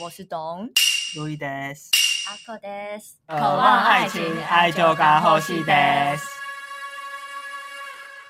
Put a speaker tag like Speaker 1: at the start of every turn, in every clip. Speaker 1: 我是董
Speaker 2: 路易德斯，
Speaker 1: 阿克德斯，
Speaker 2: 渴望爱情，爱就该呼吸德斯。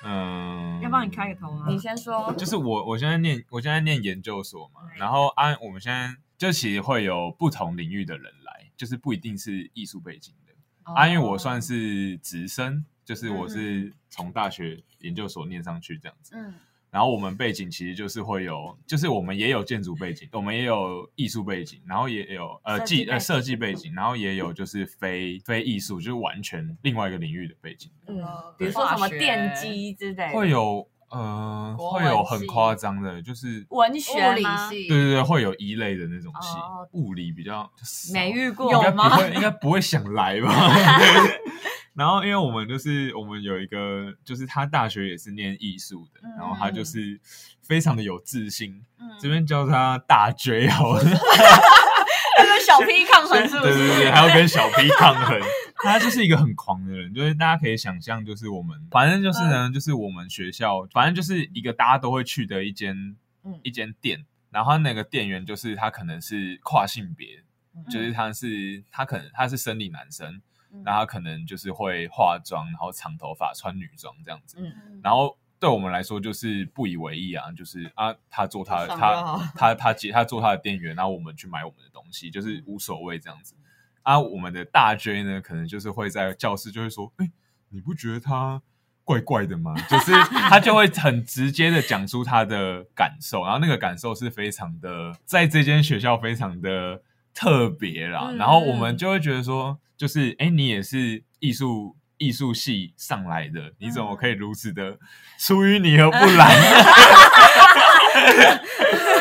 Speaker 3: 嗯，
Speaker 4: 要帮你开个头
Speaker 2: 啊
Speaker 4: 吗？
Speaker 1: 你先说，
Speaker 3: 就是我，我现在念，我现在念研究所嘛，
Speaker 4: 对
Speaker 3: 然后按我们现在就其实会有不同领域的人来，就是不一定是艺术背景的。啊，因为我算是直升，就是我是从大学研究所念上去这样子。
Speaker 1: 嗯，
Speaker 3: 然后我们背景其实就是会有，就是我们也有建筑背景，我们也有艺术背景，然后也有呃
Speaker 1: 设计
Speaker 3: 技
Speaker 1: 背
Speaker 3: 呃
Speaker 1: 景
Speaker 3: 设计背景，然后也有就是非非艺术，就是完全另外一个领域的背景。
Speaker 1: 嗯
Speaker 4: 比如说什么电机之类的，
Speaker 3: 会有呃
Speaker 4: 国
Speaker 3: 会
Speaker 4: 文
Speaker 3: 有很
Speaker 4: 系
Speaker 3: 夸张的，就是
Speaker 1: 文
Speaker 4: 物
Speaker 1: 学
Speaker 4: 理
Speaker 1: 吗？
Speaker 3: 对
Speaker 4: 系
Speaker 3: 对对，会有一类的那种系，
Speaker 1: 哦
Speaker 3: 物理比较少
Speaker 4: 没遇过
Speaker 3: 应该
Speaker 4: 有
Speaker 3: 不
Speaker 4: 吗？
Speaker 3: 会，应该不会想来 吧。 然后，因为我们就是我们有一个，就是他大学也是念艺术的，然后他
Speaker 4: 嗯
Speaker 3: 就是非常的有自信，
Speaker 1: 嗯
Speaker 3: 这边叫他大 J 好 了，
Speaker 4: 跟小 P 抗衡是
Speaker 3: 对
Speaker 4: 不
Speaker 3: 对对，
Speaker 4: 是？
Speaker 3: 还要跟小 P 抗 衡。他就是一个很狂的人，就是大家可以想象，就是我们反正就是
Speaker 4: 嗯
Speaker 3: 呢，就是我们学校，反正就是一个大家都会去的一间
Speaker 1: 嗯
Speaker 3: 一间店，然后他那个店员就是他可能是跨性别，
Speaker 4: 嗯
Speaker 3: 就是他是他可能他是生理男生，那他可能就是会化妆，然后长头发，穿女装这样子。
Speaker 1: 嗯
Speaker 3: 然后对我们来说就是不以为意啊，就是啊，他做他的，
Speaker 4: 爽就好
Speaker 3: 他他他接他做他的店员，然后我们去买我们的东西，就是无所谓这样子。啊，我们的大 J 呢，可能就是会在教室就会说，哎、你不觉得他怪怪的吗？就是 他就会很直接的讲出他的感受，然后那个感受是非常的，在这间学校非常的特别啦。
Speaker 1: 嗯
Speaker 3: 然后我们就会觉得说，就是哎、诶你也是艺术艺术系上来的，你怎
Speaker 1: 嗯
Speaker 3: 么可以如此的出淤泥而不 染？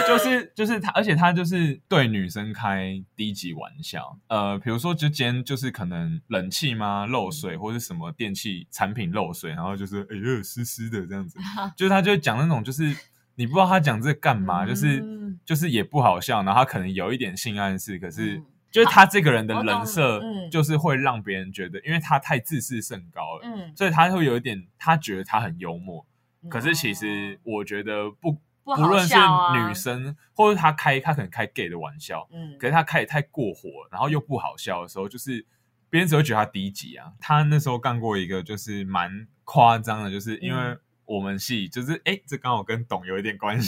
Speaker 3: 就是就是他，而且他就是对女生开低级玩笑，呃，比如说就今天就是可能冷气嘛漏水，或者什么电器产品漏水，然后就是哎呦湿湿的这样 子，就是他就会讲那种就是你不知道他讲这干嘛，就是
Speaker 4: 嗯
Speaker 3: 就是也不好笑，然后他可能有一点性暗示，可是。就是他这个人的
Speaker 4: 嗯啊我懂
Speaker 3: 人设
Speaker 1: 嗯，
Speaker 3: 就是会让别人觉得，因为他太自视甚高了，
Speaker 1: 嗯，
Speaker 3: 所以他会有一点，他觉得他很幽默，
Speaker 1: 嗯
Speaker 3: 可是其实我觉得不，
Speaker 1: 不好
Speaker 3: 不论是
Speaker 1: 笑啊
Speaker 3: 女生，或者他开他可能开 gay 的玩笑，
Speaker 1: 嗯
Speaker 3: 可是他开的太过火，然后又不好笑的时候，就是别人只会觉得他低级啊。他那时候干过一个就是蛮夸张的，就是因为我们系就是哎、诶这刚好跟董有一点关系，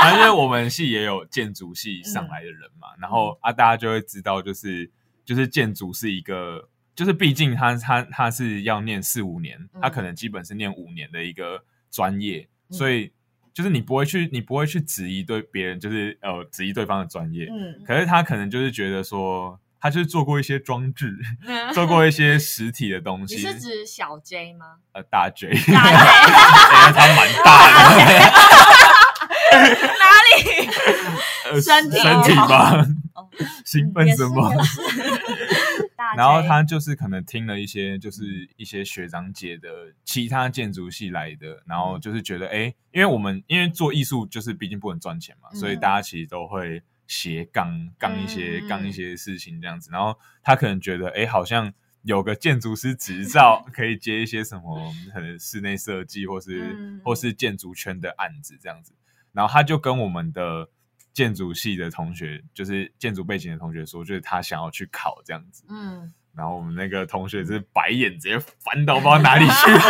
Speaker 3: 反正就是我们系也有建筑系上来的人嘛，然后啊大家就会知道，就是就是建筑是一个。就是毕竟他他他是要念四五年，他可能基本是念五年的一个专业，所以就是你不会去你不会去质疑对别人，就是呃质疑对方的专业，
Speaker 1: 嗯
Speaker 3: 可是他可能就是觉得说，他就是做过一些装置，做过一些实体的东
Speaker 4: 嗯 你
Speaker 3: 西。
Speaker 4: 是指小 J 吗？
Speaker 3: 呃大 J，
Speaker 4: 大 J
Speaker 3: 因为 他蛮大的， 哪里？
Speaker 4: 身体
Speaker 3: 呃
Speaker 4: 嗯
Speaker 3: 身体吧
Speaker 1: 哦，
Speaker 3: 兴奋什么？
Speaker 1: 大
Speaker 3: 然后
Speaker 1: 姐
Speaker 3: 他就是可能听了一些，
Speaker 4: 嗯
Speaker 3: 就是一些学长姐的其他建筑系来的，然
Speaker 4: 嗯
Speaker 3: 后就是觉得，哎、因为我们因为做艺术就是毕竟不能赚钱嘛，
Speaker 4: 嗯
Speaker 3: 所以大家其实都会斜杠杠一些
Speaker 4: 嗯嗯
Speaker 3: 杠一些事情这样子。然后他可能觉得，哎、好像有个建筑师执 照，可以接一些什么可能室内设计或是、
Speaker 4: 嗯
Speaker 3: 或是建筑圈的案子这样子。然后他就跟我们的建筑系的同学，就是建筑背景的同学说，就是他想要去考这样子。
Speaker 4: 嗯，
Speaker 3: 然后我们那个同学是白眼直接翻到不知道哪里去了，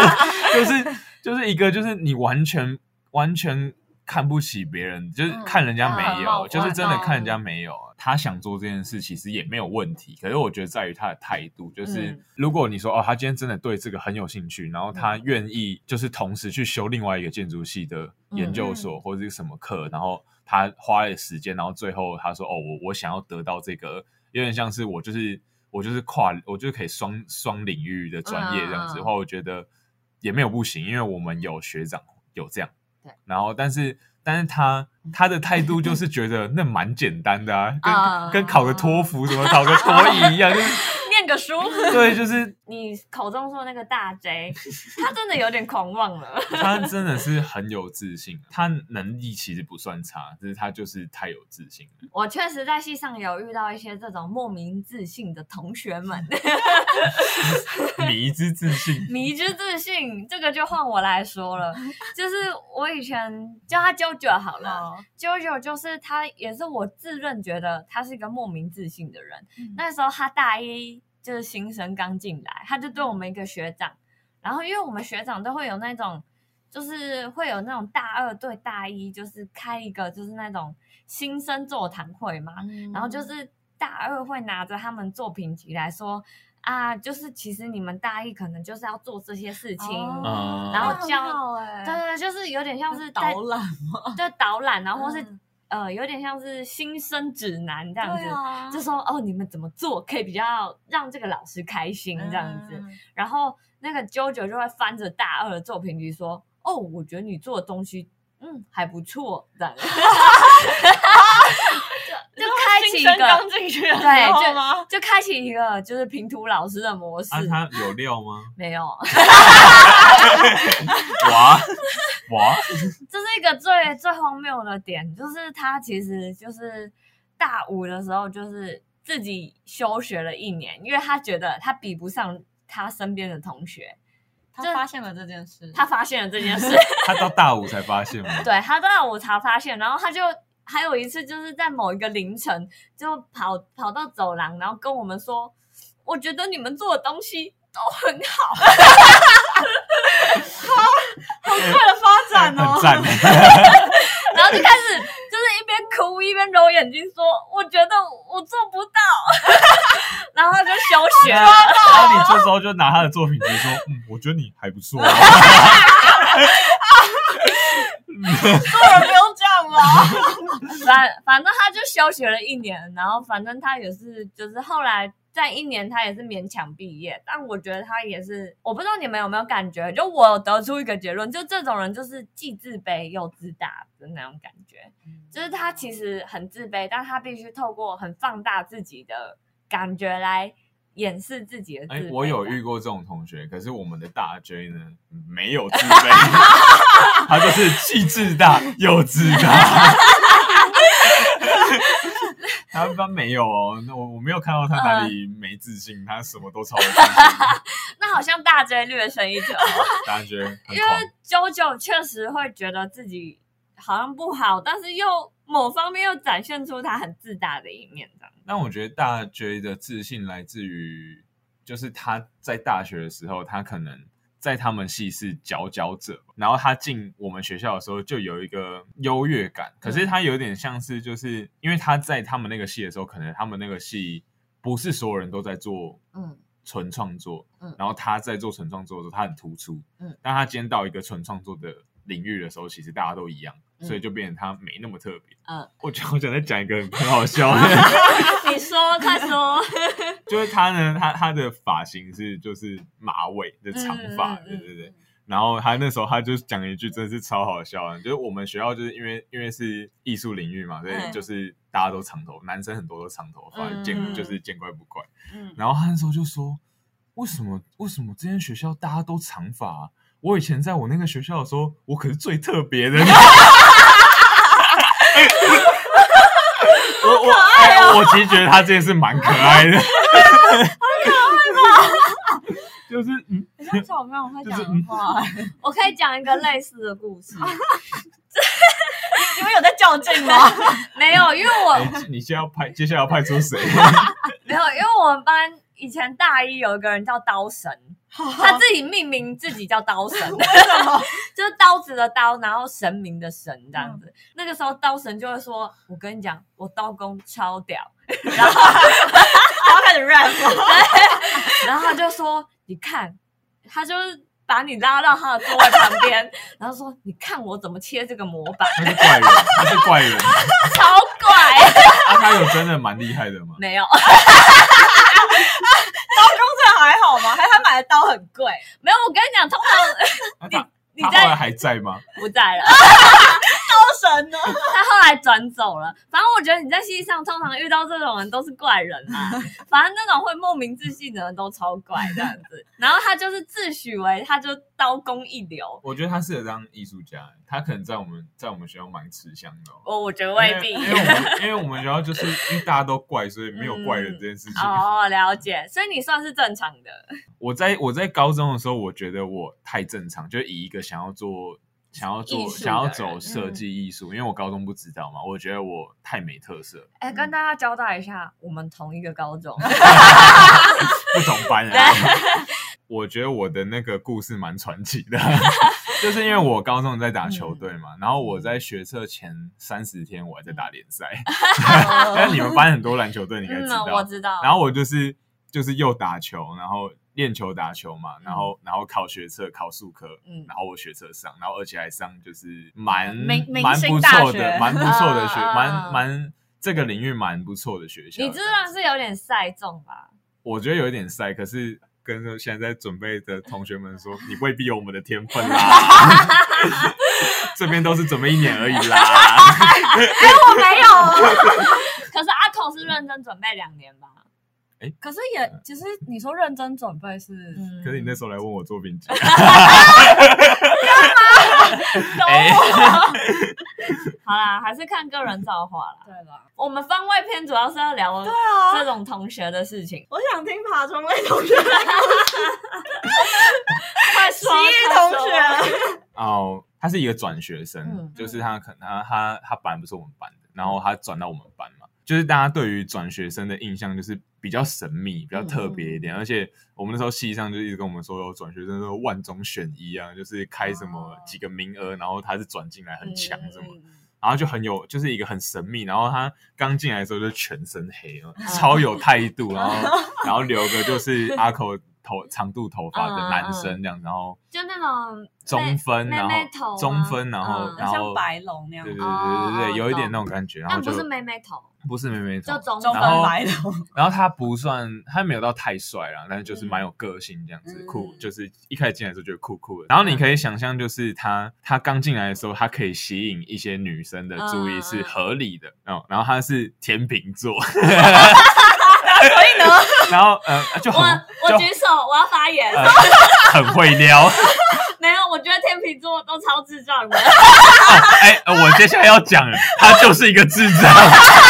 Speaker 3: 就是就是一个就是你完全完全看不起别人，就是
Speaker 1: 嗯
Speaker 3: 看人家没
Speaker 4: 很冒犯
Speaker 3: 有，就是真的
Speaker 4: 哦
Speaker 3: 看人家没有。啊他想做这件事其实也没有问题，可是我觉得在于他的态度，就是
Speaker 1: 嗯
Speaker 3: 如果你说哦，他今天真的对这个很有兴趣，然后他愿意就是同时去修另外一个建筑系的研究
Speaker 4: 嗯
Speaker 3: 所或者是什么课，然后他花了时间，然后最后他说哦，我我想要得到这个，有点像是我就是我就是跨，我就是可以双双领域的专业这样
Speaker 4: 嗯嗯嗯
Speaker 3: 子的话，我觉得也没有不行，因为我们有学长有这样，
Speaker 4: 对，嗯
Speaker 3: 然后但是但是他他的态度就是觉得那蛮简单的啊，跟、
Speaker 4: 啊
Speaker 3: 跟考个托福什么考个多一一样，就是
Speaker 1: 念个书，
Speaker 3: 对，就是
Speaker 4: 你口中说的那个大 J，他 真的有点狂妄了。
Speaker 3: 他真的是很有自信，啊他能力其实不算差，只是他就是太有自信了。
Speaker 4: 我确实在系上有遇到一些这种莫名自信的同学 们，
Speaker 3: 迷之 自信，
Speaker 4: 迷之自信，这个就换我来说了。就是我以前叫他 JoJo 好了
Speaker 2: 哦
Speaker 4: ，JoJo 就是他，也是我自认觉得他是一个莫名自信的人。那时候他大一就是新生刚进来，他就对我们一个学长，然后因为我们学长都会有那种，就是会有那种大二对大一，就是开一个就是那种新生座谈会嘛，然后就是大二会拿着他们作品集来说啊，就是其实你们大一可能就是要做这些事情，
Speaker 3: 哦
Speaker 4: 嗯然后教
Speaker 2: 哎
Speaker 4: 对对对，就是有点像是在
Speaker 2: 导览
Speaker 4: 对导览，然后或是、
Speaker 2: 嗯
Speaker 4: 呃有点像是新生指南这样子，
Speaker 2: 对啊
Speaker 4: 就说哦你们怎么做可以比较让这个老师开心这样子，
Speaker 2: 嗯
Speaker 4: 然后那个 JoJo 就会翻着大二的作品集说，哦我觉得你做的东西。嗯，还不错，这 样就就开启一
Speaker 2: 新生
Speaker 4: 个
Speaker 2: 刚进去的
Speaker 4: 对
Speaker 2: 时候
Speaker 4: 就
Speaker 2: 吗？
Speaker 4: 就开启一个就是平图老师的模式。
Speaker 3: 啊，他有料吗？
Speaker 4: 没有，
Speaker 3: 哇哇，
Speaker 4: 这是一个最最荒谬的点，就是他其实就是大五的时候，就是自己休学了一年，因为他觉得他比不上他身边的同学，
Speaker 2: 他发现了这件事，
Speaker 4: 他发现了这件事，
Speaker 3: 他到大五才 发现吗？
Speaker 4: 对他到我才发现，然后他就还有一次就是在某一个凌晨就跑跑到走廊，然后跟我们说，我觉得你们做的东西都很好，
Speaker 2: 快了发展哦
Speaker 3: 很，赞，
Speaker 4: 然后就开始就是一边哭一边揉眼睛说，我觉得我做不到， 然后他就休学了。
Speaker 3: 然后你这时候就拿他的作品集说， 嗯，我觉得你还不错啊、
Speaker 2: 做人不用这样吗？
Speaker 4: 反反正他就休学了一年，然后反正他也是，就是后来在一年他也是勉强毕业，但我觉得他也是，我不知道你们有没有感觉，就我得出一个结论，就这种人就是既自卑又自大的那种感觉，就是他其实很自卑，但他必须透过很放大自己的感觉来掩饰自己的自卑
Speaker 3: 哎、
Speaker 4: 感。
Speaker 3: 我有遇过这种同学，可是我们的大 J 呢，没有自 卑，他就是既自大又自 大。他他没有哦，那我我没有看到他哪里
Speaker 4: 嗯
Speaker 3: 没自信，他什么都超有自信。
Speaker 4: 那好像大 J 略胜一筹。
Speaker 3: 大 J 很
Speaker 4: 因
Speaker 3: 狂
Speaker 4: 为，九九确实会觉得自己好像不好，但是又某方面又展现出他很自大的一面，这样。
Speaker 3: 那我觉得大 J 的自信来自于，就是他在大学的时候，他可能在他们系是佼佼者，然后他进我们学校的时候就有一个优越感。可是他有点像是，就是因为他在他们那个系的时候，可能他们那个系不是所有人都在做
Speaker 4: 嗯
Speaker 3: 纯创作，
Speaker 4: 嗯
Speaker 3: 然后他在做纯创作的时候，他很突出，
Speaker 4: 嗯，
Speaker 3: 但他今天到一个纯创作的领域的时候，其实大家都一样，
Speaker 4: 嗯
Speaker 3: 所以就变成他没那么特别。
Speaker 4: 嗯，
Speaker 3: 我觉得我想再讲一个很好笑 的。
Speaker 4: 你说，快说。
Speaker 3: 就是他呢，他他的发型是就是马尾的长发，
Speaker 4: 嗯嗯嗯
Speaker 3: 对对对。然后他那时候他就讲了一句，真的是超好笑的，就是我们学校就是因为因为是艺术领域嘛，所以
Speaker 2: 嗯
Speaker 3: 就是大家都长头，男生很多都长头发，
Speaker 4: 嗯
Speaker 3: 见
Speaker 2: 嗯
Speaker 3: 就是见怪不怪。
Speaker 2: 嗯，
Speaker 3: 然后他那时候就说，为什么为什么这间学校大家都长发啊、我以前在我那个学校的时候，我可是最特别的。我我哎、
Speaker 4: 哦
Speaker 3: 我 其实觉得他这件事蛮可爱的，好可爱
Speaker 4: 哦
Speaker 3: 就是嗯，
Speaker 2: 你像小朋友会
Speaker 3: 就是嗯
Speaker 2: 讲话，
Speaker 4: 我可以讲一个类似的故事，
Speaker 2: 你们有在较劲 吗？
Speaker 4: 没有，因 为我
Speaker 3: 哎你现在要派接下来要派出谁？
Speaker 4: 没有，因为我们班以前大一有一个人叫刀 神，他自己命名自己叫刀神，
Speaker 2: 什么？
Speaker 4: 就是刀子的刀，然后神明的神这样子。那个时候刀神就会说：“我跟你讲，我刀工超屌。”然后
Speaker 2: 他开始 rap，
Speaker 4: 然后他就说：“你看，他就是把你拉到他的座位旁边，然后说：‘你看我怎么切这个模板，
Speaker 3: 他是怪人，他是怪人。啊，
Speaker 4: 超怪。
Speaker 3: 他有真的蛮厉害的吗’？
Speaker 4: 没有，
Speaker 2: 刀工这还好吗？还他买的刀很贵，
Speaker 4: 没有。我跟你讲，通常
Speaker 3: 啊他
Speaker 4: 你
Speaker 3: 他后来
Speaker 4: 在
Speaker 3: 还在吗？
Speaker 4: 不在了？
Speaker 2: 高神呢？哦
Speaker 4: 他后来转走了。反正我觉得你在戏上通常遇到这种人都是怪人啦、反正那种会莫名自信的人都超怪这样子。然后他就是自诩为他就刀工一流，
Speaker 3: 我觉得他适合当艺术家，他可能在我们在我们学校蛮吃香的、哦。
Speaker 4: 我我觉得
Speaker 3: 因
Speaker 4: 未
Speaker 3: 为
Speaker 4: 必
Speaker 3: 因。为我们因为我们学校就是因为大家都怪，所以没有怪人这件事情。
Speaker 4: 哦，了解，所以你算是正常的，
Speaker 3: 我在我在高中的时候，我觉得我太正常，就以一个想要做想要
Speaker 4: 艺
Speaker 3: 做
Speaker 4: 术的
Speaker 3: 想要
Speaker 4: 人嗯
Speaker 3: 走设计艺术，因为我高中不知道嘛，我觉得我太没特色，
Speaker 4: 哎、跟大家交代一下，我们同一个高中，
Speaker 3: 不同班人。我觉得我的那个故事蛮传奇的， 就是因为我高中在打球队
Speaker 4: 嗯
Speaker 3: 嘛，然后我在学测前三十天我还在打联赛，但是你们班很多篮球队，你应该知
Speaker 4: 哦
Speaker 3: 道。
Speaker 4: 嗯我知道。
Speaker 3: 然后我就是就是又打球，然后练球打球嘛，然
Speaker 2: 嗯
Speaker 3: 后然后考学测考数科，
Speaker 4: 嗯
Speaker 3: 然后我学测上，然后而且还上就是蛮
Speaker 2: 明明
Speaker 3: 蛮
Speaker 2: 星
Speaker 3: 不
Speaker 2: 大
Speaker 3: 错
Speaker 2: 学嗯
Speaker 3: 的， 蛮不错的学，
Speaker 4: 啊啊啊
Speaker 3: 蛮蛮这个领域蛮不错的学校。
Speaker 4: 你这算是有点赛中吧？
Speaker 3: 我觉得有一点晒，可是跟现在在准备的同学们说，你未必有我们的天分 啦。这边都是准备一年而已啦，
Speaker 4: 我没有。可是阿孔是认真准备两年吧？
Speaker 2: 可是也，其实 你说认真准备是，
Speaker 4: 嗯，
Speaker 3: 可 是你那时候来问我作品集，啊
Speaker 4: 懂
Speaker 3: 哎
Speaker 4: 我。 好啦，还是看个人造化啦。
Speaker 2: 对啦，
Speaker 4: 我们番外篇主要是要聊
Speaker 2: 对啊，
Speaker 4: 这种同学的事 情。
Speaker 2: 我想听爬虫类同学、
Speaker 4: 快
Speaker 2: 奇
Speaker 4: 说，
Speaker 2: 异
Speaker 4: 快
Speaker 2: 同
Speaker 4: 说，
Speaker 2: 学，
Speaker 3: 哦，他是一个转学生，
Speaker 4: 嗯
Speaker 3: 就是他可能他他他本来不是我们班的，然后他转到我们班嘛，就是大家对于转学生的印象就是比较神秘、比较特别一
Speaker 4: 嗯
Speaker 3: 点，而且我们那时候系上就一直跟我们说，有转学生都万中选一啊，就是开什么
Speaker 4: 哦
Speaker 3: 几个名额，然后他是转进来很强什么的
Speaker 4: 嗯。
Speaker 3: 然后就很有，就是一个很神秘。然后他刚进来的时候就全身黑了，
Speaker 4: 嗯
Speaker 3: 超有态度。然 后，然后留个就是阿口头长度头发的男生这样，然后
Speaker 4: 就那种
Speaker 3: 中分，
Speaker 4: 妹
Speaker 3: 然
Speaker 4: 妹头
Speaker 3: 后
Speaker 4: 吗
Speaker 3: 中分，然后
Speaker 4: 嗯
Speaker 3: 然后
Speaker 2: 像白龙那样，
Speaker 3: 对对对
Speaker 4: 哦
Speaker 3: 对对
Speaker 4: 哦
Speaker 3: 对，有一点
Speaker 4: 懂
Speaker 3: 那种感觉。然后
Speaker 4: 但
Speaker 3: 就
Speaker 4: 不是妹妹头，
Speaker 3: 不是妹妹头
Speaker 4: 就，中
Speaker 2: 中
Speaker 4: 分
Speaker 2: 分
Speaker 3: 然后
Speaker 2: 白龙，
Speaker 3: 然后他不算，他没有到太帅啦，但是就是蛮有个性这样子，
Speaker 4: 嗯
Speaker 3: 酷，就是一开始进来的时候觉得酷酷的。然后你可以想象，就是他他刚进来的时候，他可以吸引一些女生的注
Speaker 4: 嗯
Speaker 3: 意是
Speaker 4: 嗯
Speaker 3: 合理的，嗯，然后他是天 秤座，
Speaker 2: 所以呢，
Speaker 3: 然后呃就
Speaker 4: 我
Speaker 3: 很
Speaker 4: 我
Speaker 3: 就
Speaker 4: 举手，我要发言。
Speaker 3: 呃很会撩。哦
Speaker 4: 没有，我觉得天秤座都超智障的。
Speaker 3: 哎、呃我接下来要讲了，他就是一个智障。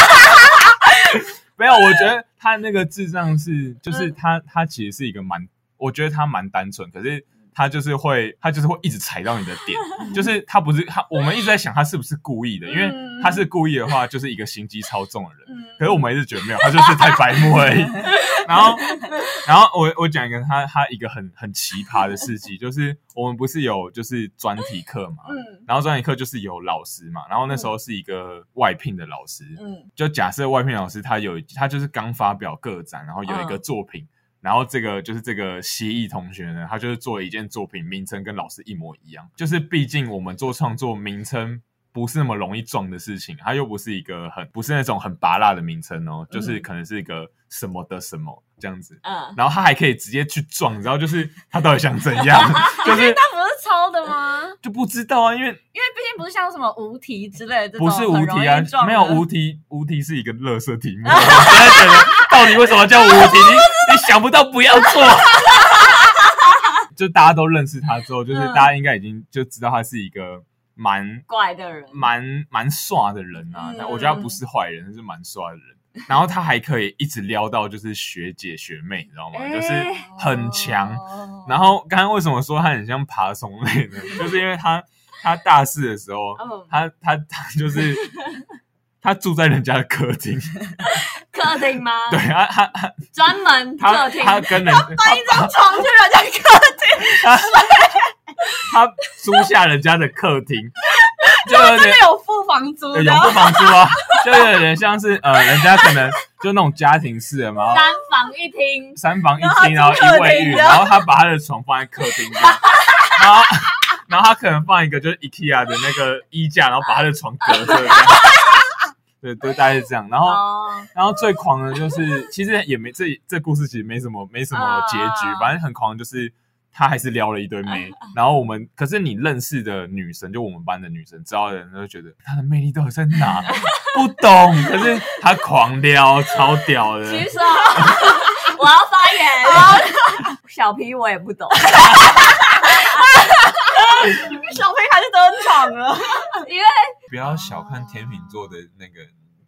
Speaker 3: 没有，我觉得他那个智障是，就是他他其实是一个蛮，我觉得他蛮单纯，可是。他就是会，他就是会一直踩到你的 点，就是他不是他，我们一直在想他是不是故意的，因为
Speaker 4: 嗯
Speaker 3: 他是故意的话，就是一个心机超重的人。
Speaker 4: 嗯
Speaker 3: 可是我们一直觉得没有，他就是太白 目而已。然后，然后我我讲一个他他一个很很奇葩的事迹，就是我们不是有就是专题课嘛，
Speaker 4: 嗯
Speaker 3: 然后专题课就是有老师嘛，然后那
Speaker 2: 嗯
Speaker 3: 时候是一个外聘的老师，
Speaker 4: 嗯
Speaker 3: 就假设外聘老师他有他就是刚发表个展，然后有一
Speaker 2: 嗯
Speaker 3: 个作品。然后这个就是这个蜥蜴同学呢，他就是做了一件作品，名称跟老师一模一样。就是毕竟我们做创作，名称不是那么容易撞的事情，它又不是一个很不是那种很拔辣的名称哦，
Speaker 2: 嗯
Speaker 3: 就是可能是一个什么的什么这样子。
Speaker 4: 嗯，
Speaker 3: 然后他还可以直接去撞，然后就是他到底想怎 样，就是
Speaker 2: 那不是抄的吗？
Speaker 3: 就不知道啊，因为
Speaker 2: 因为毕竟不是像什么无题之类的这种，
Speaker 3: 不是无题
Speaker 2: 很容易撞的
Speaker 3: 啊，没有无题，无题是一个垃圾题 目。我现在觉得到底为什么叫无题？你你想不到不要做。 就大家都认识他之后，就是
Speaker 4: 嗯
Speaker 3: 大家应该已经就知道他是一个蛮
Speaker 4: 怪的人，
Speaker 3: 蛮蛮帅的人啊
Speaker 4: 嗯。
Speaker 3: 那、我觉得他不是坏人，他是蛮帅的人。然后他还可以一直撩到就是学姐学妹，你知道吗？
Speaker 4: 哎
Speaker 3: 就是很强。
Speaker 2: 哦
Speaker 3: 然后刚刚为什么说他很像爬虫类呢？就是因为他他大四的时候，
Speaker 4: 嗯，
Speaker 3: 他他他就是他住在人家的客厅，
Speaker 4: 客厅吗？
Speaker 3: 对，他他他
Speaker 4: 专门客
Speaker 3: 他
Speaker 4: 厅。
Speaker 3: 他跟人
Speaker 2: 搬一张床去人家客厅，
Speaker 3: 他租下人家的客厅，就有点
Speaker 2: 真的有付房租的，
Speaker 3: 有付房租啊，就有点像是呃，人家可能就那种家庭式 的嘛，然后
Speaker 4: 三房一厅，
Speaker 3: 三房一
Speaker 2: 然
Speaker 3: 厅，然
Speaker 2: 后
Speaker 3: 后
Speaker 2: 他住
Speaker 3: 一卫浴，
Speaker 2: 客厅
Speaker 3: 然后他把他的床放在客厅这样，然后然后他可能放一个就是 IKEA 的那个衣架，然后把他的床隔着这样，对，对，大概是这样，然后。
Speaker 4: 哦，
Speaker 3: 然后最狂的就是，其实也没这这故事其实没什么没什么结局
Speaker 2: 哦
Speaker 4: 啊，
Speaker 3: 反正很狂的就是他还是撩了一堆妹。然后我们可是你认识的女生，就我们班的女生，知道的人都觉得她的魅力到底在哪？ 不懂，可是她狂撩，超屌的。
Speaker 4: 举手，我要发言。
Speaker 3: 哦
Speaker 4: 小皮我也不 懂，
Speaker 2: 小朋友还是登场了。
Speaker 4: 因为
Speaker 3: 不要小看天秤座的那个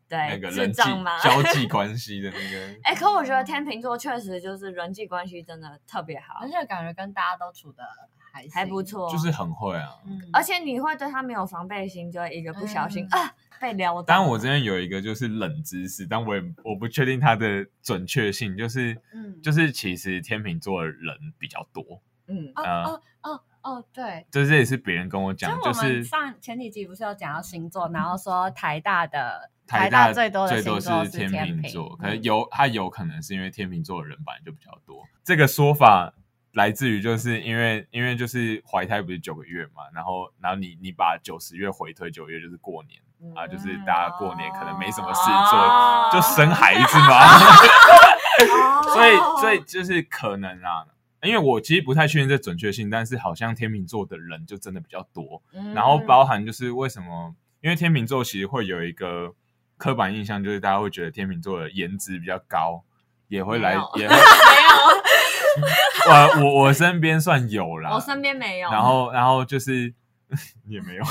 Speaker 3: 那个
Speaker 4: 对智
Speaker 3: 人际
Speaker 4: 障嘛。
Speaker 3: 交际关系的那个。
Speaker 4: 哎、可我觉得天秤座确实就是人际关系真的特别好
Speaker 2: 而，且感觉跟大家都处的还嗯行
Speaker 4: 还不，错。
Speaker 3: 就是，很会啊，
Speaker 2: 嗯
Speaker 4: 而且你会对他没有防备心，就会一个不小心、
Speaker 2: 嗯
Speaker 4: 啊被撩到。
Speaker 3: 当然，我这边有一个就是冷知识，但我也我不确定它的准确性，就是
Speaker 2: 嗯
Speaker 3: 就是其实天秤座的人比较多，
Speaker 4: 嗯，
Speaker 2: 哦
Speaker 3: 呃
Speaker 2: 哦哦哦，对，
Speaker 3: 这这也是别人跟我
Speaker 2: 像
Speaker 3: 讲，
Speaker 2: 我
Speaker 3: 就
Speaker 2: 们
Speaker 3: 是
Speaker 2: 上前几集不是有讲到星座，然后说台大的
Speaker 3: 台
Speaker 2: 大最
Speaker 3: 最
Speaker 2: 多的
Speaker 3: 最
Speaker 2: 星
Speaker 3: 多
Speaker 2: 座
Speaker 3: 是
Speaker 2: 天
Speaker 3: 秤
Speaker 2: 秤嗯
Speaker 3: 座，可能有它有可能是因为天秤座的人本来就比较多，这个说法。来自于就是因为因为就是怀胎不是九个月嘛，然后然后你你把九十月回推九月就是过年
Speaker 2: 嗯
Speaker 3: 啊，就是大家过年可能没什么事做，
Speaker 4: 哦
Speaker 3: 就生孩子嘛。
Speaker 2: 哦
Speaker 4: 所
Speaker 3: 所以，所以就是可能啊，因为我其实不太确定这准确性，但是好像天秤座的人就真的比较多，
Speaker 4: 嗯
Speaker 3: 然后包含就是为什么，因为天秤座其实会有一个刻板印象，就是大家会觉得天秤座的颜值比较高，也会
Speaker 4: 没
Speaker 3: 来
Speaker 4: 有，
Speaker 3: 也会，我我我身边算有啦，
Speaker 4: 我身边没有。
Speaker 3: 然后然后就是 也 没有。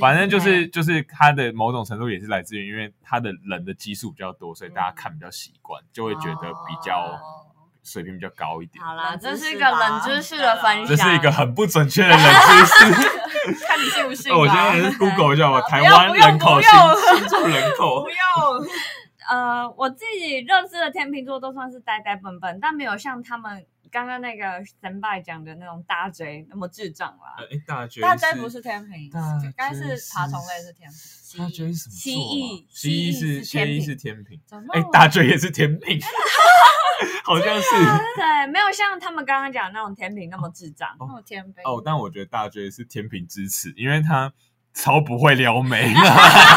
Speaker 3: 反正就是就是他的某种程度也是来自于，因为他的人的基数比较多，所以
Speaker 4: 嗯
Speaker 3: 大家看比较习惯，就会觉得比较
Speaker 4: 哦
Speaker 2: 嗯
Speaker 3: 水平比较高一点。
Speaker 1: 好啦
Speaker 4: 啊，，这是一个冷知识的
Speaker 2: 啊
Speaker 4: 分享，
Speaker 3: 这是一个很不准确的冷知识。
Speaker 2: 看你信不信吧
Speaker 3: 哦我现在也是 Google 一下吧，台
Speaker 2: 用
Speaker 3: 湾
Speaker 2: 啊不用
Speaker 3: 人口
Speaker 2: 不用
Speaker 3: 新新住人口
Speaker 2: 不。用，
Speaker 4: 呃，我自己认识的天秤座都算是呆呆笨笨，但没有像他们刚刚那个神拜讲的那种大 J 那么智障啦。
Speaker 3: 哎， 大绝
Speaker 2: 大家不是天平
Speaker 3: 大，
Speaker 2: 应该
Speaker 3: 就是是哎
Speaker 2: 爬虫类是天平。
Speaker 3: 大绝是什么座啊？
Speaker 4: 蜥蜴
Speaker 3: 蜥蜴是
Speaker 4: 蜥
Speaker 3: 蜥
Speaker 4: 蜴
Speaker 3: 蜴
Speaker 4: 是
Speaker 3: 是天平。
Speaker 2: 怎么
Speaker 3: 哎
Speaker 2: 了？，
Speaker 3: 大绝也是天平， 好像是
Speaker 4: 对，没有像他们刚刚讲的那种甜品那么智障。
Speaker 2: 那我天平
Speaker 3: 哦。但我觉得大绝是天平之耻，因为他超不会撩妹。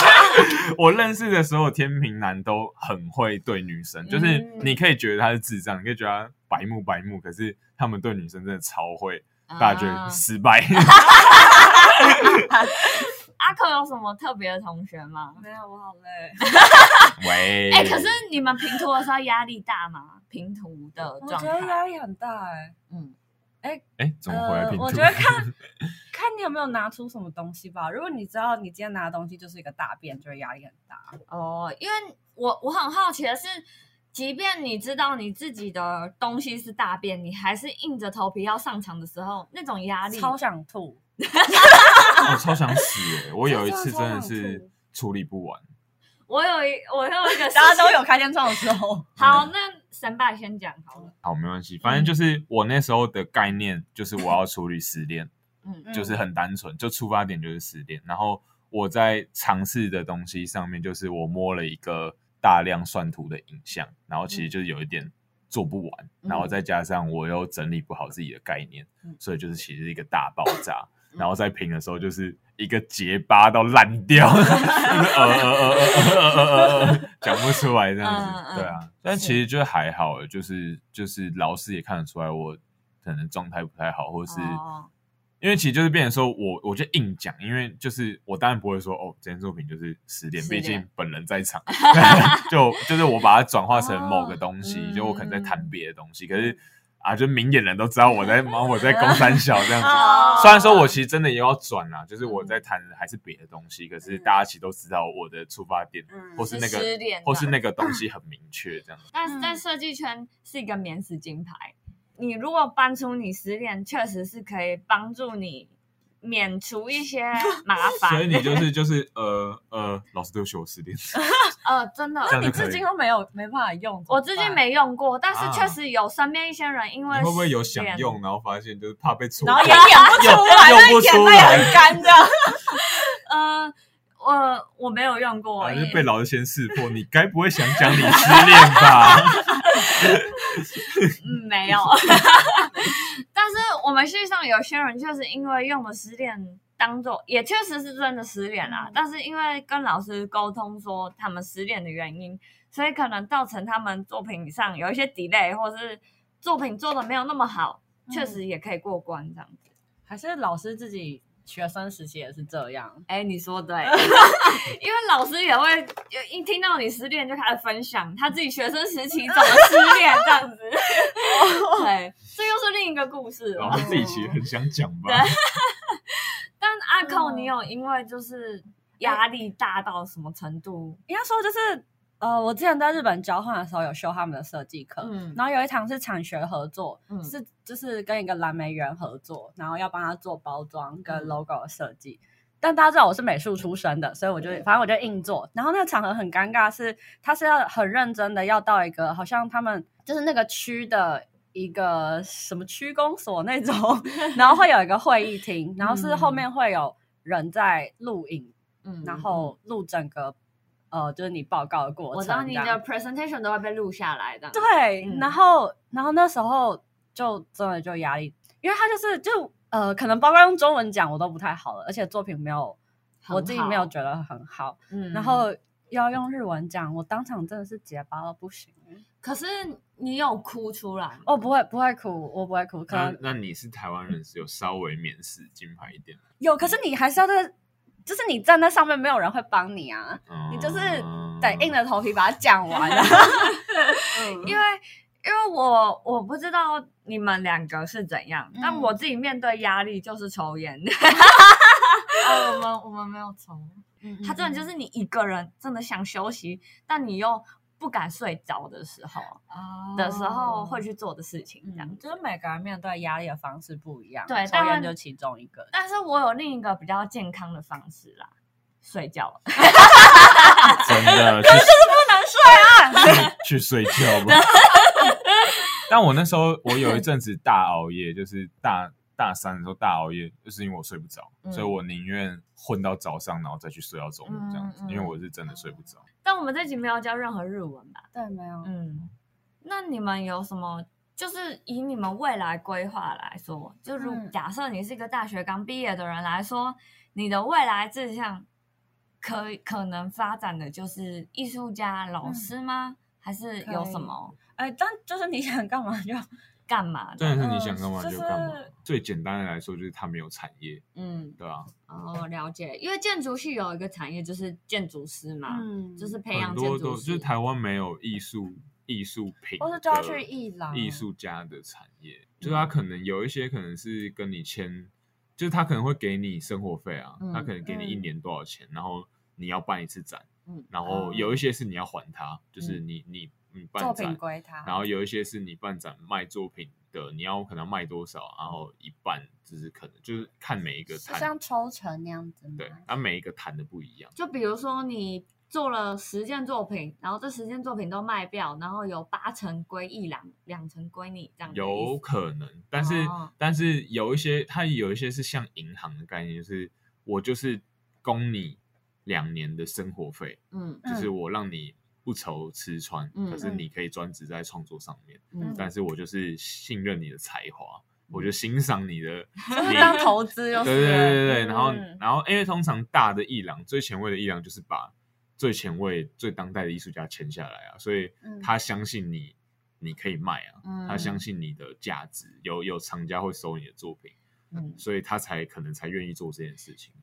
Speaker 3: 我认识的所有天平男都很会对女生，就是
Speaker 4: 嗯
Speaker 3: 你可以觉得他是智障，你可以觉得他白目白目，可是他们对女生真的超会。大家觉
Speaker 4: 嗯
Speaker 2: 啊
Speaker 3: 得 失败。
Speaker 4: 阿克有什么特别的同学吗？
Speaker 2: 没有，我好累。
Speaker 3: 喂，
Speaker 4: 哎、可是你们平图的时候压力大吗？平图的
Speaker 2: 我
Speaker 4: 状
Speaker 2: 觉 得
Speaker 4: 态，
Speaker 2: 压力很大哎。
Speaker 4: 嗯，
Speaker 3: 哎，怎么回来拼图？
Speaker 2: 呃我觉得 看看你有没有拿出什么东西吧。如果你知道你今天拿的东西就是一个大便，就会压力很大。
Speaker 4: 哦，因为我我很好奇的是，即便你知道你自己的东西是大便，你还是硬着头皮要上场的时候，那种压力，
Speaker 2: 超想吐，
Speaker 3: 我超想死哎！我有一次真的
Speaker 2: 真的超想
Speaker 3: 是
Speaker 2: 吐
Speaker 3: 处理不完。
Speaker 4: 我有一我有一个
Speaker 2: 大家都有开天窗的时候。
Speaker 4: 好，那神爸先讲好了。
Speaker 3: 好，没关系，
Speaker 2: 嗯
Speaker 3: 反正就是我那时候的概念就是我要处理失恋，
Speaker 4: 嗯，
Speaker 3: 就是很单纯，就出发点就是失恋。然后我在尝试的东西上面，就是我摸了一个大量算图的影像，然后其实就是有一点做不完，
Speaker 4: 嗯
Speaker 3: 然后再加上我又整理不好自己的概念，
Speaker 2: 嗯
Speaker 3: 所以就是其实是一个大爆炸。
Speaker 4: 嗯
Speaker 3: 然后在评的时候，就是一个结巴到烂 掉，就是呃呃呃呃呃呃呃，讲不出来这样
Speaker 4: 嗯嗯
Speaker 3: 子，对啊。但其实就还好，就是就是老师也看得出来我可能状态不太好，或是
Speaker 4: 哦
Speaker 3: 因为其实就是变成说我我就硬讲，因为就是我当然不会说哦，这件作品就是十点，
Speaker 4: 失
Speaker 3: 毕
Speaker 4: 恋
Speaker 3: 竟本人 在场，就就是我把它转化成某个东西，
Speaker 4: 哦
Speaker 3: 就我可能在谈
Speaker 4: 嗯
Speaker 3: 别的东西，可是啊，就明眼人都知道 我在忙，我在攻三小这样子。
Speaker 4: 哦嗯
Speaker 3: 虽然说我其实真的也要转啦，就是我在谈的还是别的东西，可是大家其实都知道我的出发点，
Speaker 2: 嗯
Speaker 3: 或是那个
Speaker 4: 是失恋的
Speaker 3: 或是那个东西很明确这样子。
Speaker 4: 但是在
Speaker 2: 嗯
Speaker 4: 设计圈是一个免死金牌。你如果搬出你失恋，确实是可以帮助你免除一些麻烦。
Speaker 3: 所以你就是就是呃呃，老师对不起，我 失恋。
Speaker 4: 呃，真的，
Speaker 3: 这样
Speaker 2: 你
Speaker 3: 就可以
Speaker 2: 至今都没有没办法用，
Speaker 4: 我至今没用过，但
Speaker 3: 啊
Speaker 4: 是确实有身边一些人因为
Speaker 3: 你会不会有想
Speaker 4: 失恋
Speaker 3: 用，？然后发现就是怕被戳
Speaker 2: 怎么
Speaker 3: 破？
Speaker 2: 办，然后也演不出 来，
Speaker 3: 用不
Speaker 2: 那
Speaker 3: 出
Speaker 2: 眼
Speaker 3: 来
Speaker 2: 泪很干这样。
Speaker 4: 呃，我我没有用过，
Speaker 3: 啊，
Speaker 4: 因
Speaker 3: 就
Speaker 4: 为
Speaker 3: 是被老师先识破，你该不会想讲你失恋吧？
Speaker 4: 嗯没有。 但是我们系上有些人确实因为用了失恋当做，也确实是真的失恋啦、
Speaker 2: 嗯
Speaker 4: 但是因为跟老师沟通说他们失恋的原因，所以可能造成他们作品上有一些 delay，或是作品做的没有那么好，确实也可以过关这样子。
Speaker 2: 还是老师自己学生时期也是这样。
Speaker 4: 哎、你说对，因为老师也会就一听到你失恋就开始分享他自己学生时期怎么失恋这样子， 对，这又是另一个故事了。
Speaker 3: 老师自己其实很想讲吧，
Speaker 4: 但阿寇，
Speaker 2: 嗯
Speaker 4: 你有因为就是压力大到什么程度？
Speaker 2: 应该说就是，呃，我之前在日本交换的时候有修他们的设计课，
Speaker 4: 嗯
Speaker 2: 然后有一堂是产学合作，
Speaker 4: 嗯
Speaker 2: 是就是跟一个蓝莓园合作，然后要帮他做包装跟
Speaker 4: 嗯
Speaker 2: logo 的设计。但大家知道我是美术出身的，所以我
Speaker 4: 嗯
Speaker 2: 就反正我就硬做。然后那个场合很尴尬是，他是要很认真的要到一个好像他们就是那个区的一个什么区公所 那种，然后会有一个会议厅，然后是后面会有人在录影，
Speaker 4: 嗯
Speaker 2: 然后录整个呃就是你报告的过程。
Speaker 4: 我知道你
Speaker 2: 这样
Speaker 4: 的 presentation 都会被录下来的，
Speaker 2: 对，
Speaker 4: 嗯
Speaker 2: 然后然后那时候就真的就压力，因为他就是就呃，可能包括用中文讲我都不太好了，而且作品没有
Speaker 4: 很
Speaker 2: 我自己没有
Speaker 4: 好
Speaker 2: 觉得很好，
Speaker 4: 嗯
Speaker 2: 然后要用日文讲，我当场真的是结巴到不行。
Speaker 4: 可是你有哭出来吗，
Speaker 2: 哦，不会不会哭，我不会哭，可
Speaker 4: 嗯
Speaker 3: 那
Speaker 2: 能
Speaker 3: 那你是台湾人，是有稍微免死金牌一点，
Speaker 2: 有，可是你还是要在，就是你站在上面，没有人会帮你啊，你就是
Speaker 3: 嗯哦
Speaker 2: 得硬
Speaker 3: 了。
Speaker 2: 着头皮把它讲完啊。 嗯
Speaker 4: 因为因为我我不知道你们两个是怎样，
Speaker 2: 嗯
Speaker 4: 但我自己面对压力就是抽 烟。哦，我们我们没有抽，他真的就是你一个人真的想休息，但你又不敢睡着的时候的时候会去做的事情，这样。
Speaker 2: 嗯，就是每个人面对压力的方式不一样，
Speaker 4: 对
Speaker 2: 抽
Speaker 4: 当
Speaker 2: 烟
Speaker 4: 然
Speaker 2: 就其中一个。
Speaker 4: 但是我有另一个比较健康的方式啦，睡觉。
Speaker 3: 真的，就是不能睡啊，去睡觉吧。但我那时候我有一阵子大熬夜，就是大大三的时候大熬夜，就是因为我睡不着，
Speaker 4: 嗯
Speaker 3: 所以我宁愿混到早上，然后再去睡到中午这样子，
Speaker 4: 嗯嗯
Speaker 3: 因为我是真的睡不着。
Speaker 4: 但我们这集没有教任何日文吧？
Speaker 2: 对，没有
Speaker 4: 嗯，那你们有什么？就是以你们未来规划来说，就如
Speaker 2: 嗯
Speaker 4: 假设你是一个大学刚毕业的人来说，你的未来志向可以可能发展的就是艺术家、
Speaker 2: 嗯
Speaker 4: 老师吗？还是有什么
Speaker 2: 哎，但就是你想干嘛就
Speaker 4: 干嘛的？
Speaker 3: 真的是你想干嘛
Speaker 2: 嗯
Speaker 3: 就干嘛
Speaker 2: 就是。
Speaker 3: 最简单的来说，就是它没有产业，
Speaker 4: 嗯，
Speaker 3: 对啊，
Speaker 4: 哦，了解。因为建筑系有一个产业就是建筑师嘛，
Speaker 2: 嗯
Speaker 4: 就是培养
Speaker 3: 很
Speaker 4: 建
Speaker 3: 多
Speaker 4: 筑
Speaker 3: 都就
Speaker 4: 师。
Speaker 3: 是台湾没有艺术艺术品的，
Speaker 2: 或是就要去艺廊嗯
Speaker 3: 艺术家的产业，就是他可能有一些可能是跟你签，就是他可能会给你生活费啊，
Speaker 4: 嗯
Speaker 3: 他可能给你一年多少钱，然后你要办一次展，
Speaker 4: 嗯
Speaker 3: 然后有一些是你要还他，就是你你你
Speaker 2: 哦嗯作
Speaker 3: 办
Speaker 2: 品
Speaker 3: 展，
Speaker 2: 归他，
Speaker 3: 然后有一些是你办展卖作品的，你要可能要卖多少，然后一半就是可能就是看每一个
Speaker 2: 是
Speaker 3: 摊
Speaker 2: 像，抽成那样子吗？
Speaker 3: 对，它每一个摊的不一样，
Speaker 4: 就比如说你做了十件作品，然后这十件作品都卖掉，然后有八成归一两，两成归你这样的意
Speaker 3: 有
Speaker 4: 思。
Speaker 3: 可能，但是、
Speaker 4: 哦
Speaker 3: 但是有一些，它有一些是像银行的概念，就是我就是供你两年的生活费，
Speaker 4: 嗯
Speaker 3: 就是我让你不愁吃穿，
Speaker 4: 嗯
Speaker 3: 可是你可以专职在创作上面，
Speaker 4: 嗯
Speaker 3: 但是我就是信任你的才华，我就欣赏 你的，
Speaker 2: 就是
Speaker 3: 你
Speaker 2: 当 投资就
Speaker 3: 对
Speaker 2: 是
Speaker 3: 对对对对，
Speaker 2: 嗯
Speaker 3: 然后然后因为通常大的艺廊最前卫的艺廊就是把最前卫、最当代的艺术家签下来啊，所以
Speaker 2: 嗯
Speaker 3: 他相信你，你可以卖啊，
Speaker 4: 嗯
Speaker 3: 他相信你的价值，有有厂家会收你的作品，
Speaker 4: 嗯
Speaker 3: 所以他才可能才愿意做这件事情。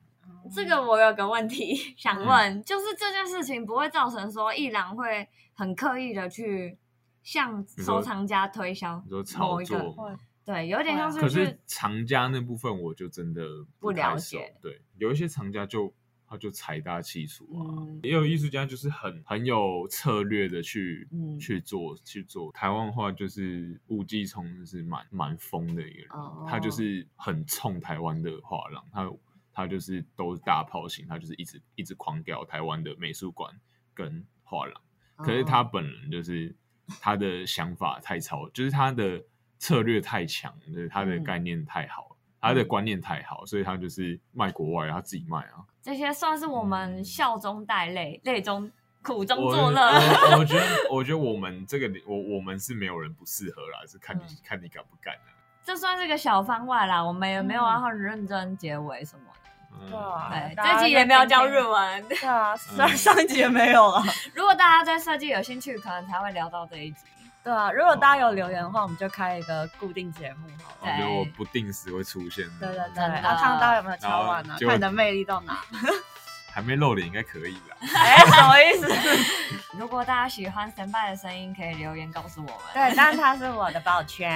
Speaker 4: 这个我有个问题想
Speaker 3: 嗯
Speaker 4: 问，就是这件事情不会造成说一郎会很刻意的去向
Speaker 3: 你说
Speaker 4: 收藏家推销
Speaker 3: 你说
Speaker 4: 某
Speaker 3: 炒
Speaker 4: 一个
Speaker 3: 作，嘛，
Speaker 4: 对，有点像
Speaker 2: 会
Speaker 3: 可
Speaker 4: 是
Speaker 3: 是
Speaker 4: 去
Speaker 3: 藏家那部分我就真的
Speaker 4: 不
Speaker 3: 太
Speaker 4: 了
Speaker 3: 熟
Speaker 4: 解。
Speaker 3: 对，有一些藏家就他就财大气粗啊，
Speaker 4: 嗯
Speaker 3: 也有艺术家就是很很有策略的去、
Speaker 4: 嗯
Speaker 3: 去做去做。台湾话就是吴继聪是蛮蛮疯的一个人，
Speaker 4: 哦
Speaker 3: 他就是很冲台湾的画廊，他他就是都是大炮型，他就是一直一直狂屌台湾的美术馆跟画廊。可是
Speaker 2: 嗯
Speaker 3: 他本人就是他的想法太超，就是他的策略太强，就是他的
Speaker 4: 嗯
Speaker 3: 概念太好了，他的观念太好，所以他就是卖国外，他自己卖啊。
Speaker 4: 这些算是我们笑中带泪，泪中苦中
Speaker 3: 嗯我哦
Speaker 4: 作 乐。
Speaker 3: 我我觉得，我觉得我们这个里，我我们是没有人不适合啦，是看你、
Speaker 4: 嗯
Speaker 3: 看你敢不敢啊。
Speaker 4: 这算是个小番外啦，我们也没有
Speaker 2: 嗯
Speaker 4: 要很认真结尾什么的。
Speaker 3: 嗯
Speaker 2: 对啊
Speaker 4: 对，
Speaker 2: 大家
Speaker 4: 这集也没有教
Speaker 2: 就听
Speaker 4: 日文。
Speaker 2: 对啊，上上一集也没有啊。
Speaker 4: 如果大家对设计有兴趣，可能才会聊到这一集。
Speaker 2: 对啊，如果大家有留言的话，我们就开一个固定节目好了。
Speaker 3: 我觉得我不定时会出现的。
Speaker 2: 对对对，
Speaker 4: 真的
Speaker 2: 啊，看大家有没有敲完
Speaker 3: 然
Speaker 2: 呢、
Speaker 3: 后
Speaker 2: 啊？
Speaker 3: 就
Speaker 2: 看你的魅力到哪？
Speaker 3: 还没露脸应该可以 吧？
Speaker 2: 哎、什么意思？
Speaker 4: 如果大家喜欢神拜的声音，可以留言告诉我们。
Speaker 2: 对，但他是我的抱 圈，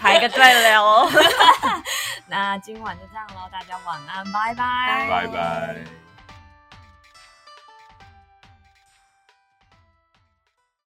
Speaker 2: 排个队哦流。
Speaker 4: 那今晚就这样喽，大家晚安，拜拜，
Speaker 3: 拜拜。